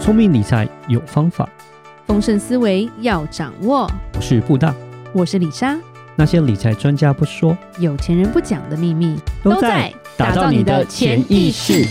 聪明理财有方法，丰盛思维要掌握。我是布大。我是李莎，那些理财专家不说，有钱人不讲的秘密打造你的潜意识。。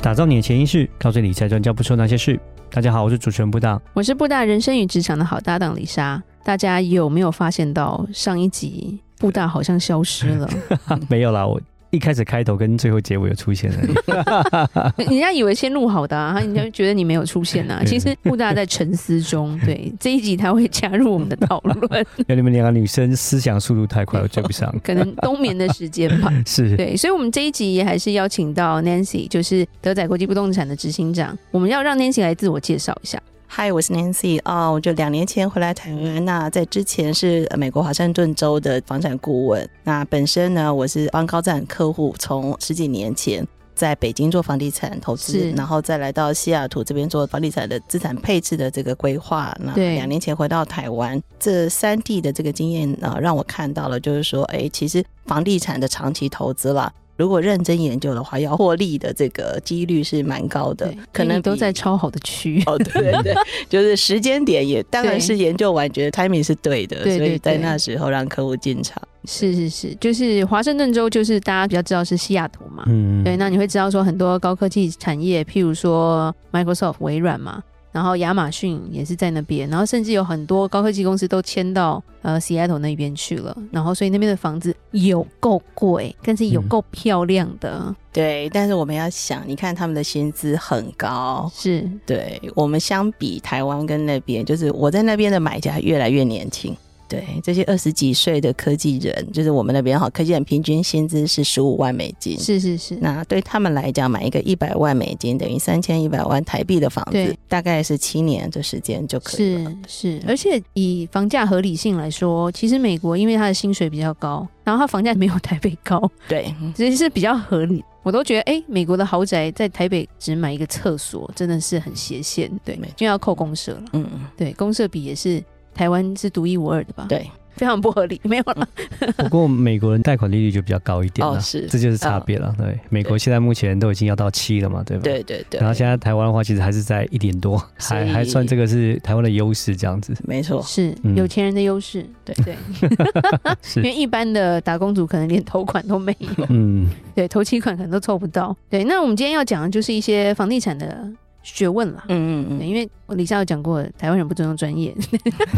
打造你的潜意识，告诉理财专家不说那些事。大家好，我是主持人布大。我是布大人生与职场的好搭档李莎。大家有没有发现到上一集布大好像消失 了？ 没有啦，我一开始开头跟最后结尾有出现 而已。人家以为先录好的、啊，人家觉得你没有出现 啊。其实布大在沉思中，对这一集他会加入我们的讨 论，因为你们两个女生思想速度太快，我追不上。 可能冬眠的时间吧。是，对，所以，我们这一集也还是邀请到 Nancy，就是德仔国际不动产的执行长。我们要让 Nancy 来自我介绍一下。嗨，我是 Nancy 啊、我就两年前回来台湾，那在之前是呃美国华盛顿州的房产顾问。那本身呢，我是帮高赞客户从十几年前在北京做房地产投是资，然后再来到西雅图这边做房地产的资产配置的这个规划。那对两年前回到台湾，这三地的这个经验啊、呃让我看到了，就是说，哎，其实房地产的长期投资啦。如果认真研究的话，要获利的这个几率是蛮高的对，可因为能你都比在超好的区域。 哦，对对对，就是时间点也当对然是研究完，觉得 timing 是对的，对对所以对在那时候让客户进场。是是是，就是华盛顿州，就是大家比较知道是西雅图嘛。嗯对，那你会知道说很多高科技产业，譬如说 Microsoft 微软嘛，然后亚马逊也是在那边，然后甚至有很多高科技公司都迁到呃 Seattle 那边去了，然后所以那边的房子有够贵，但是有嗯够漂亮的，对，但是我们要想，你看他们的薪资很高，是对我们相比台湾跟那边，就是我在那边的买家越来越年轻。对这些二十几岁的科技人，就是我们那边哈，科技人平均薪资是十五万美金。是是是，那对他们来讲，买一个一百万美金等于三千一百万台币的房子对，大概是七年的时间就可以了。是是，而且以房价合理性来说，其实美国因为它的薪水比较高，然后它房价没有台北高，对，其实是比较合理。我都觉得，哎、美国的豪宅在台北只买一个厕所，真的是很斜线，对，因没为要扣公社了，嗯，对，公社比也是台湾是独一无二的吧？，对。非常不合理，没有了，嗯不过美国人贷款利率就比较高一点啦哦是嗯这就是差别了。对，美国现在目前都已经要到七了嘛，对吧？。对对对，然后现在台湾的话，其实还是在一点 多，所还以还算这个是台湾的优势这样 子。没错，是嗯有钱人的优势，对对，因是，为一般的打工族可能连头款都没有。嗯，对，头期款可能都凑不到。对，那我们今天要讲的就是一些房地产的学问啦。嗯嗯对，嗯，因为我李莎有讲过，台湾人不尊重专业。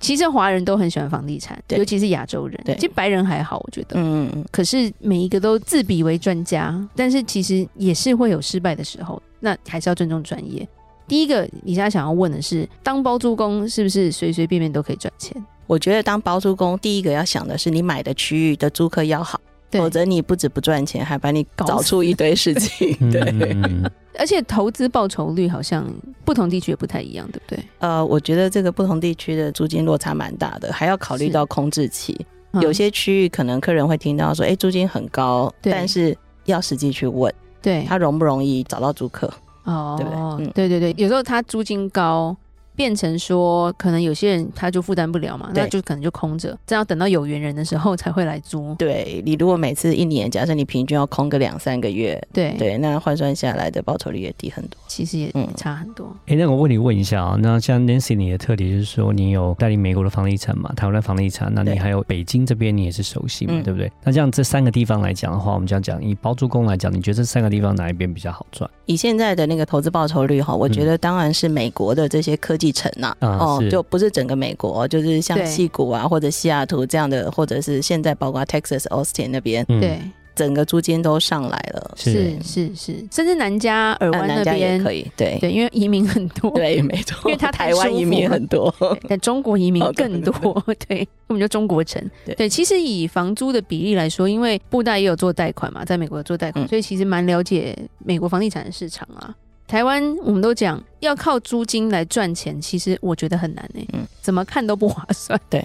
其实华人都很喜欢房地产，对尤其是亚洲人。对其实白人还好，我觉得。嗯嗯嗯，可是每一个都自比为专家，但是其实也是会有失败的时候，那还是要尊重专业。第一个，李莎想要问的是，当包租公是不是随随便便都可以赚钱？我觉得当包租公，第一个要想的是你买的区域的租客要好，对否则你不止不赚钱，还把你搞搞死出一堆事 情。嗯对，嗯而且投资报酬率好像不同地区也不太一样，对不对？呃，我觉得这个不同地区的租金落差蛮大的，还要考虑是到空置期，嗯有些区域可能客人会听到说，哎，租金很高，对但是要实际去问对他容不容易找到租客。哦，对不对嗯对对对有时候他租金高，变成说可能有些人他就负担不了嘛，对那就可能就空着，这样等到有缘人的时候才会来租。对你如果每次一年，假设你平均要空个两三个月，对，对，那换算下来的报酬率也低很多。其实也嗯差很多。 哎，那我问你问一下啊，那像 Nancy 你的特点就是说，你有代理美国的房地产嘛，台湾的房地产，那你对还有北京这边你也是熟悉嘛，嗯对不对？那这样这三个地方来讲的话，我们这样讲，以包租公来讲，你觉得这三个地方哪一边比较好赚？以现在的那个投资报酬率哈，我觉得当然是美国的这些科技城呐、嗯啊是就不是整个美国，就是像对西谷啊或者西雅图这样的，或者是现在包括 Texas Austin 那边，嗯，对，整个租金都上来了，是是是是，甚至南加尔那湾南那加也边可，以，对对，因为移民很多。对，没错，因为它太台湾移民很多，对 但中国移民哦对更多， 对，我们就中国城。对对，其实以房租的比例来说，因为布袋也有做贷款嘛，在美国有做贷款，嗯所以其实蛮了解美国房地产的市场啊。台湾我们都讲要靠租金来赚钱，其实我觉得很难呢、欸嗯怎么看都不划算。 对，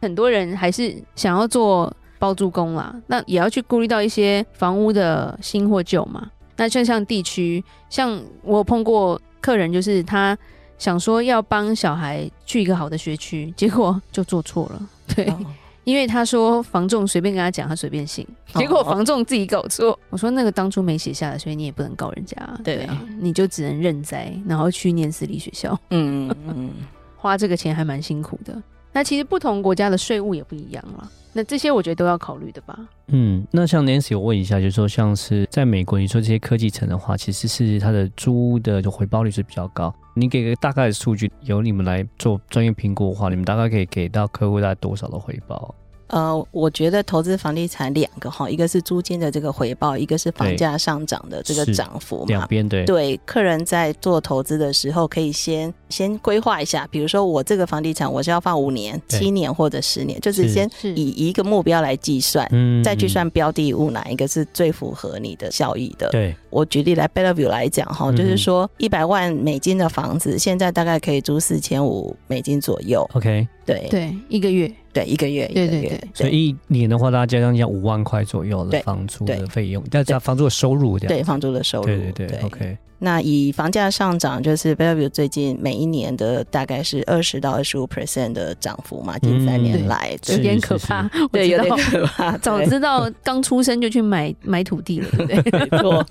很多人还是想要做包租公啦，那也要去顾虑到一些房屋的新或旧嘛。那就像地区，像我有碰过客人，就是他想说要帮小孩去一个好的学区，结果就做错了。对， 哦因为他说房仲随便跟他讲，他随便信，哦结果房仲自己搞错。我说那个当初没写下来，所以你也不能告人家，对啊你就只能认栽，然后去念私立学校，嗯嗯嗯，花这个钱还蛮辛苦的。那其实不同国家的税务也不一样了，那这些我觉得都要考虑的吧。嗯，那像 Nancy，我问一下，就是说，像是在美国，你说这些科技城的话，其实是它的租屋的回报率是比较高。你给个大概的数据，由你们来做专业评估的话，你们大概可以给到客户大概多少的回报？呃，我觉得投资房地产两个哈，一个是租金的这个回报，一个是房价上涨的这个是涨幅嘛两。边对，对，客人在做投资的时候，可以先先规划一下，比如说我这个房地产我是要放五年、对七年或者十年，就是是先是以一个目标来计算，嗯再去算标的物哪一个是最符合你的效益的。对，我举例来 Bellevue 来讲哈，嗯哼就是说一百万美金的房子，现在大概可以租四千五美金左右。 OK，对对，一个月，对，一个月，一个对对月对，所以一年的话，大家加上要五万块左右的对房租对的费用，但是房租的收入这样。对房租的收入，对对对，OK，那以房价上涨，就是 Bellevue 最近每一年的大概是二十到二十五 percent 的涨幅嘛，近三年来，是有对点可怕，嗯我对，知有道点可 怕，早对知道刚出生就去买买土地了，对不对？ 没错，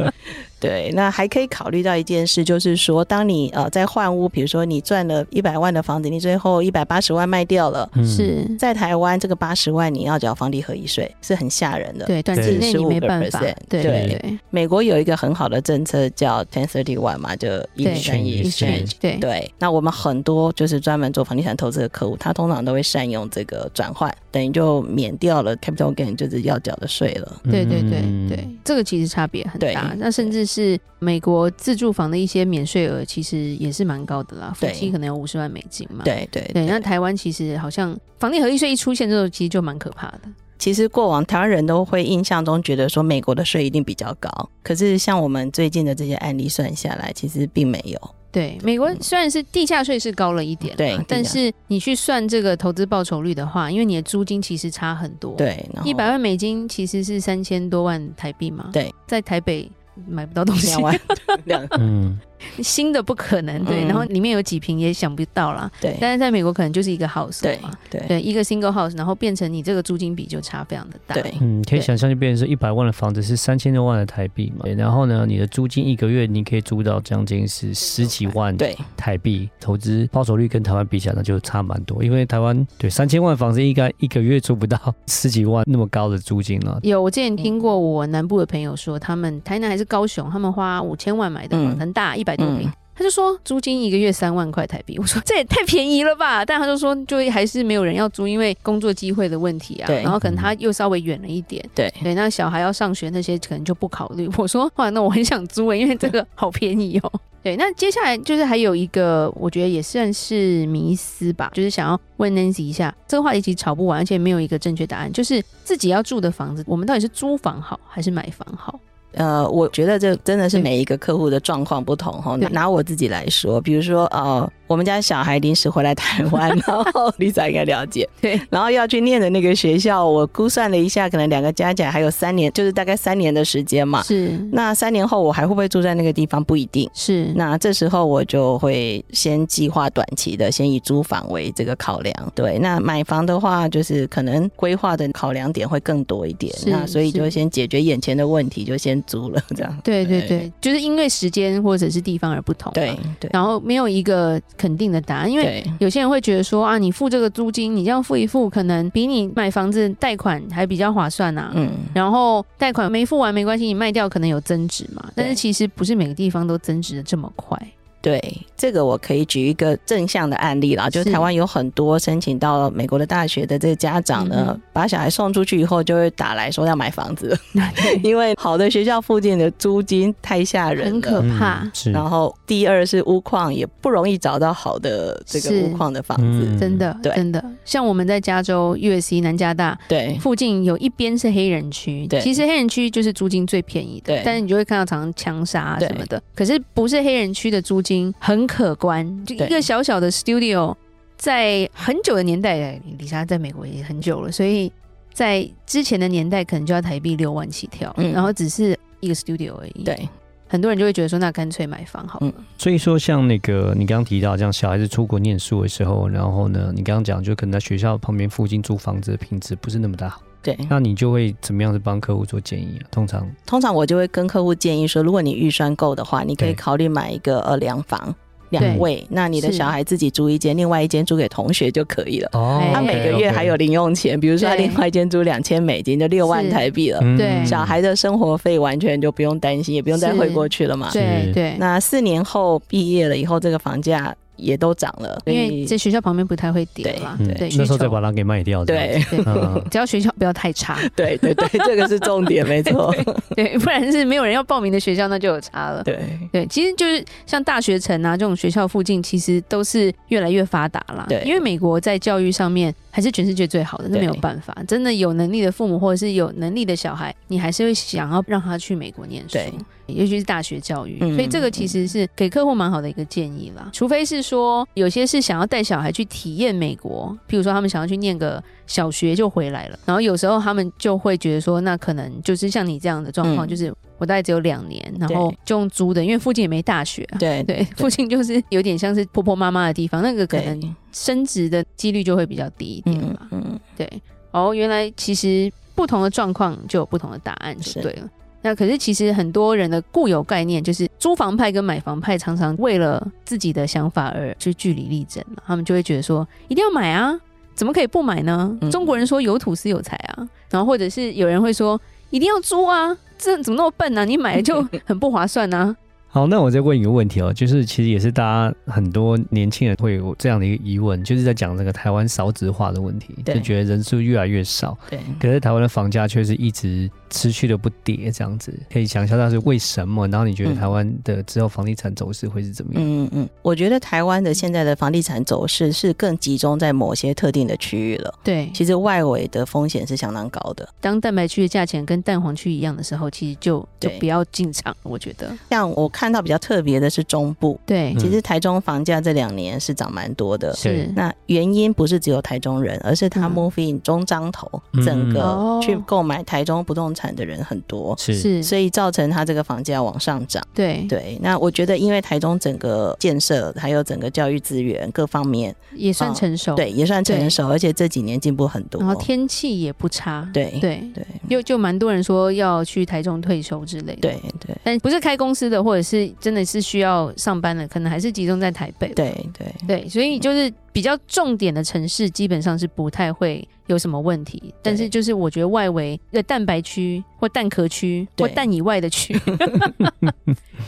对。那还可以考虑到一件事，就是说，当你呃在换屋，比如说你赚了一百万的房子，你最后一百八十万卖掉了。嗯，是，在台湾，这个八十万你要缴房地合一税是很吓人的。对，短对期内你没办法15%，对对对美国有一个很好的政策叫 ten thirty one 嘛，就一对选一一选一税税。对对对，那我们很多就是专门做房地产投资的客户，他通常都会善用这个转换，等于就免掉了 capital gain 就是要缴的税了。对对对嗯对，这个其实差别很对大。那甚至是美国自住房的一些免税额，其实也是蛮高的啦，夫对妻可能有五十万美金嘛。对啊对对，那台湾其实好像房地合一税一出现之后，其实就蛮可怕的。其实过往台湾人都会印象中觉得说美国的税一定比较高，可是像我们最近的这些案例算下来，其实并没有。对，美国嗯虽然是地价税是高了一点啦，对但地价是你去算这个投资报酬率的话，因为你的租金其实差很多。。对，哦然后一百万美金其实是三千多万台币嘛，对，在台北买不到东西，两万两嗯， 新的不可能，对，嗯然后里面有几平也想不到啦。 对 但是在美国可能就是一个 house 对嘛，对对，一个 single house，然后变成你这个租金比就差非常的大。对嗯，可以对想象就变成是一百万的房子是三千多万的台币嘛，对然后呢，你的租金一个月你可以租到将近是十几万对台币，投资报酬率跟台湾比起来那就差蛮多，因为台湾对三千万房子应该一个月租不到 十几万那么高的租金了，有，我之嗯前听过我南部的朋友说，他们台南还是高雄，他们花五千万买的房，嗯很大，一百多平。嗯他就说租金一个月三万块台币， 我说这也太便宜了吧？但他就说就还是没有人要租，因为工作机会的问题啊。对然后可能他又稍微远了一点，嗯对对，那小孩要上学那些可能就不考虑。 我说哇，那我很想租欸，因为这个好便宜哦。 对，那接下来就是还有一个，我觉得也算是迷思吧，就是想要问 Nancy 一下，这个话题其实吵不完，而且没有一个正确答案，就是自己要住的房子，我们到底是租房好还是买房好？呃，我觉得这真的是对每一个客户的状况不同哈。对拿拿我自己来说，比如说呃，我们家小孩临时回来台湾，然后 Lisa 应该了解， 对，然后要去念的那个学校，我估算了一下，可能两个加起来还有三年，就是大概三年的时间嘛。是那三年后我还会不会住在那个地方不一定。是那这时候我就会先计划短期的，先以租房为这个考量。对，那买房的话，就是可能规划的考量点会更多一点是。那所以是就先解决眼前的问题，就先租了 这样。对对对，就是因为时间或者是地方而不同嘛，啊对对然后没有一个肯定的答案，因为。对有些人会觉得说啊，你付这个租金，你这样付一付，可能比你买房子贷款还比较划算啊。嗯，然后贷款没付完没关系，你卖掉可能有增值嘛，但是其实不是每个地方都增值的这么快。对，这个我可以举一个正向的案例啦，就是是台湾有很多申请到美国的大学的这个家长呢，嗯哼把小孩送出去以后，就会打来说要买房子， 对，因为好的学校附近的租金太吓人了，很可怕嗯、是，然后第二是屋况也不容易找到好的这个是屋况的房子，嗯真的，对真的，像我们在加州 USC 南加大对附近有一边是黑人区，哎对其实黑人区就是租金最便宜的对，但是你就会看到常常枪杀啊对什么的。可是不是黑人区的租金很可观，就一对个小小的 studio，在很久的年代，哎李莎在美国也很久了，所以在之前的年代可能就要台币六万起跳，嗯然后只是一个 studio 而已，，对嗯很多人就会觉得说，那干脆买房好了。所以说，像那个你刚刚提到，像小孩子出国念书的时候，然后呢，你刚刚讲就可能在学校旁边附近租房子的品质不是那么大好，对，那你就会怎么样子帮客户做建议啊？通常通常我就会跟客户建议说，如果你预算够的话，你可对以考虑买一个呃两房对两卫，那你的是小孩自己租一间，另外一间租给同学就可以了。哦哎他每个月还有零用钱，比如说他对另外一间租两千美金，就六万是台币了。嗯对小孩的生活费完全就不用担心，也不用再是汇过去了嘛。对是对，那四年后毕业了以后，这个房价也都涨了，因所为以在学校旁边不太会跌对啦，嗯对，需那时候再求把它给卖掉，这样子，对 嗯只要学校不要太差，对对对，这个是重点，没错，对，不然是没有人要报名的学校，那就有差了。对。 对，其实就是像大学城啊这种学校附近，其实都是越来越发达啦。对因为美国在教育上面还是全世界最好的，那对没有办法。真的有能力的父母或者是有能力的小孩，你还是会想要让他去美国念书对，尤其是大学教育。嗯所以这个其实是给客户蛮好的一个建议啦。除非是说有些是想要带小孩去体验美国，譬如说他们想要去念个小学就回来了，然后有时候他们就会觉得说，那可能就是像你这样的状况，嗯就是我大概只有两年，然后就用租的，因为附近也没大学啊、 对对，附近就是有点像是婆婆妈妈的地方，那个可对，能升职的几率就会比较低一点嗯吧。嗯，对，哦，原来其实不同的状况就有不同的答案，就是对了。那可是其实很多人的固有概念就是租房派跟买房派常常为了自己的想法而去据理力争嘛，他们就会觉得说一定要买啊，怎么可以不买呢？嗯中国人说有土是有财啊，然后或者是有人会说一定要租啊，这怎么那么笨啊？你买了 就很不划算啊。好，那我再问一个问题哦，就是其实也是大家很多年轻人会有这样的一个疑问，就是在讲这个台湾少子化的问题，对就觉得人数越来越少，对，可是台湾的房价却是一直持续的不跌，这样子可以想象它是为什么？然后你觉得嗯台湾的之后房地产走势会是怎么样？嗯嗯嗯，我觉得台湾的现在的房地产走势是更集中在某些特定的区域了， 对，其实外围的风险是相当高的。当蛋白区的价钱跟蛋黄区一样的时候，其实就就对不要进场了，我觉得。像我看到比较特别的是中部，对，嗯其实台中房价这两年是涨蛮多的。是那原因不是只有台中人，而是他嗯 move in 中彰投，嗯整哦个去购买台中不动产的人很多，是是，所以造成它这个房价往上涨。对，对，那我觉得因为台中整个建设还有整个教育资源各方面，也算嗯成熟。对，也算对成熟，而且这几年进步很多然。后天气也不差。对对，对又就蛮多人说要去台中退休之类的。。对对但不是开公司的，或者是真的是需要上班的，可能还是集中在台北。对嗯对对，所以就是比较重点的城市，基本上是不太会有什么问题。但是就是我觉得外围的蛋白区或蛋壳区或对蛋以外的 区，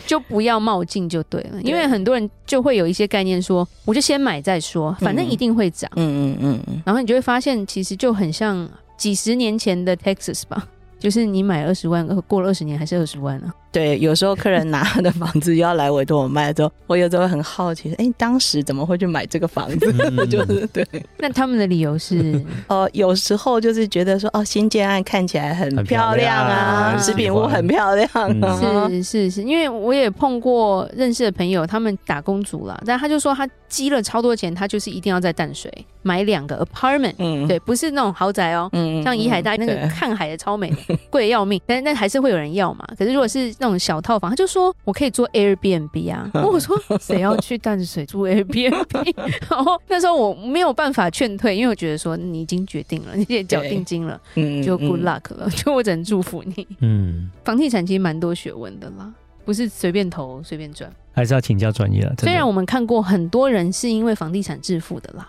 就不要冒进就对了。因为对很多人就会有一些概念说，我就先买再说，反正嗯一定会涨。嗯嗯嗯嗯，然后你就会发现，其实就很像几十年前的 Texas 吧， 就是你买二十万，呃过了二十年还是二十万啊。对，有时候客人拿他的房子要来委托我卖的时候，我有时候会很好奇，哎，当时怎么会去买这个房子？ 嗯就是对，那他们的理由是，呃，有时候就是觉得说，哦，新建案看起来很很漂漂亮啊，亮食品屋很漂亮啊，是是是，因为我也碰过认识的朋友，他们打工族啦，但他就说他积了超多钱，他就是一定要在淡水买两个 apartment，、嗯，对，不是那种豪宅哦。嗯，嗯，像怡海大那个对 看海的超美，贵得要命，但但还是会有人要嘛。可是如果是那种小套房，他就说我可以做 Airbnb 啊。然后我说谁要去淡水住 Airbnb？然 后那时候我没有办法劝退，因为我觉得说你已经决定了，你也缴定金了，嗯就 good 嗯 luck 了， 就我只能祝福你。嗯，房地产其实蛮多学问的啦。不是随便投随便赚，还是要请教专业了。真的虽然我们看过很多人是因为房地产致富的啦，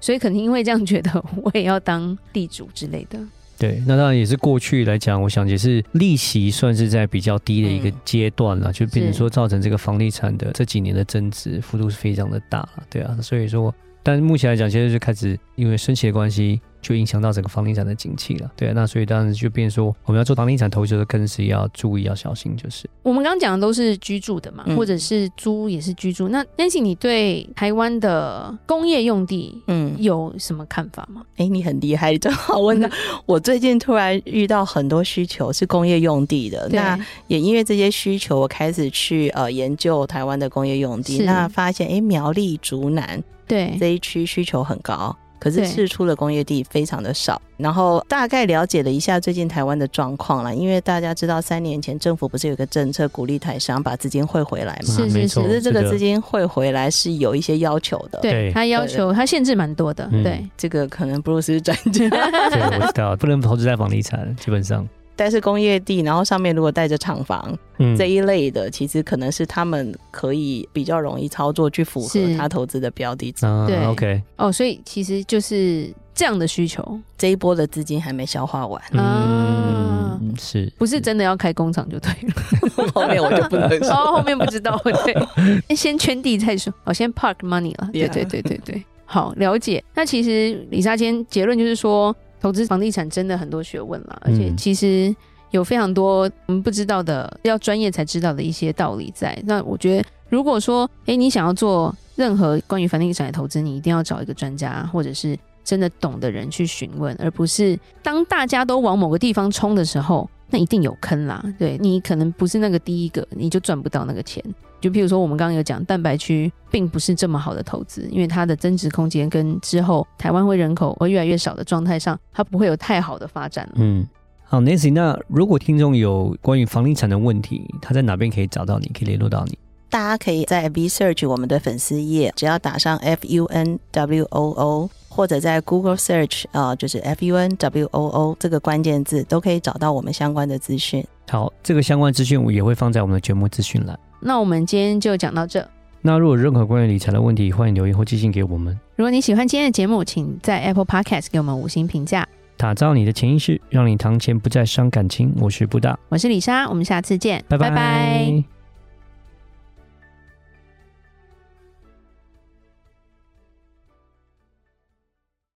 所以可能因为这样觉得我也要当地主之类的。对，那当然也是过去来讲，我想也是利息算是在比较低的一个嗯阶段了，就变成是说造成这个房地产的这几年的增值幅度是非常的大了，对啊，所以说，但目前来讲，现在就开始因为升息的关系，就影响到整个房地产的景气了，对啊，那所以当然就变成说，我们要做房地产投资的，更是要注意要小心，就是我们刚刚讲的都是居住的嘛，嗯或者是租也是居住。那 Nancy，你对台湾的工业用地嗯，有什么看法吗？哎，你很厉害，正好 问到。我最近突然遇到很多需求是工业用地的，对呃那也因为这些需求，我开始去呃研究台湾的工业用地是，那发现哎，诶苗栗、竹南对这一区需求很高。可是对试出的工业地非常的少。然后大概了解了一下最近台湾的状况啦，因为大家知道三年前政府不是有个政策鼓励台商把资金汇回来嘛，是嗯没是错是可是这个是的资金汇回来是有一些要求的。对对他要对求他限制蛮多的，嗯对，这个可能布鲁斯是专家，对，我知道，不能投资在房地产，基本上，但是工业地，然后上面如果带着厂房，嗯这一类的，其实可能是他们可以比较容易操作，去符合是他投资的标的。啊对，OK，哦，所以其实就是这样的需求，这一波的资金还没消化完，啊嗯，是，不是真的要开工厂就对了。后面我就不 能然说。哦后后面不知道，对，先圈地再说，哦，先 park money 了。对 Yeah 对对对对，好了解。那其实李莎今天结论就是说，投资房地产真的很多学问啦，而且嗯其实有非常多我们不知道的，要专业才知道的一些道理在。那我觉得，如果说，诶，你想要做任何关于房地产的投资，你一定要找一个专家或者是真的懂的人去询问，而不是当大家都往某个地方冲的时候，那一定有坑啦。对你可能不是那个第一个，你就赚不到那个钱。就譬如说，我们刚刚有讲蛋白区并不是这么好的投资，因为它的增值空间跟之后台湾会人口会越来越少的状态上，它不会有太好的发展了。嗯，好，Nancy，那如果听众有关于房地产的问题，他在哪边可以找到你，可以联络到你？大家可以在 V Search 我们的粉丝页，只要打上 F U N W O O，或者在 Google Search 呃，就是 F U N W O O 这个关键字，都可以找到我们相关的资讯。好，这个相关资讯我也会放在我们的节目资讯栏。那我们今天就讲到这。那如果有任何关于理财的问题，欢迎留言或寄信给我们。如果你喜欢今天的节目，请在 Apple Podcast 给我们五星评价。打造你的潜意识，让你堂前不再伤感情。我是布大，我是李莎，我们下次见，拜拜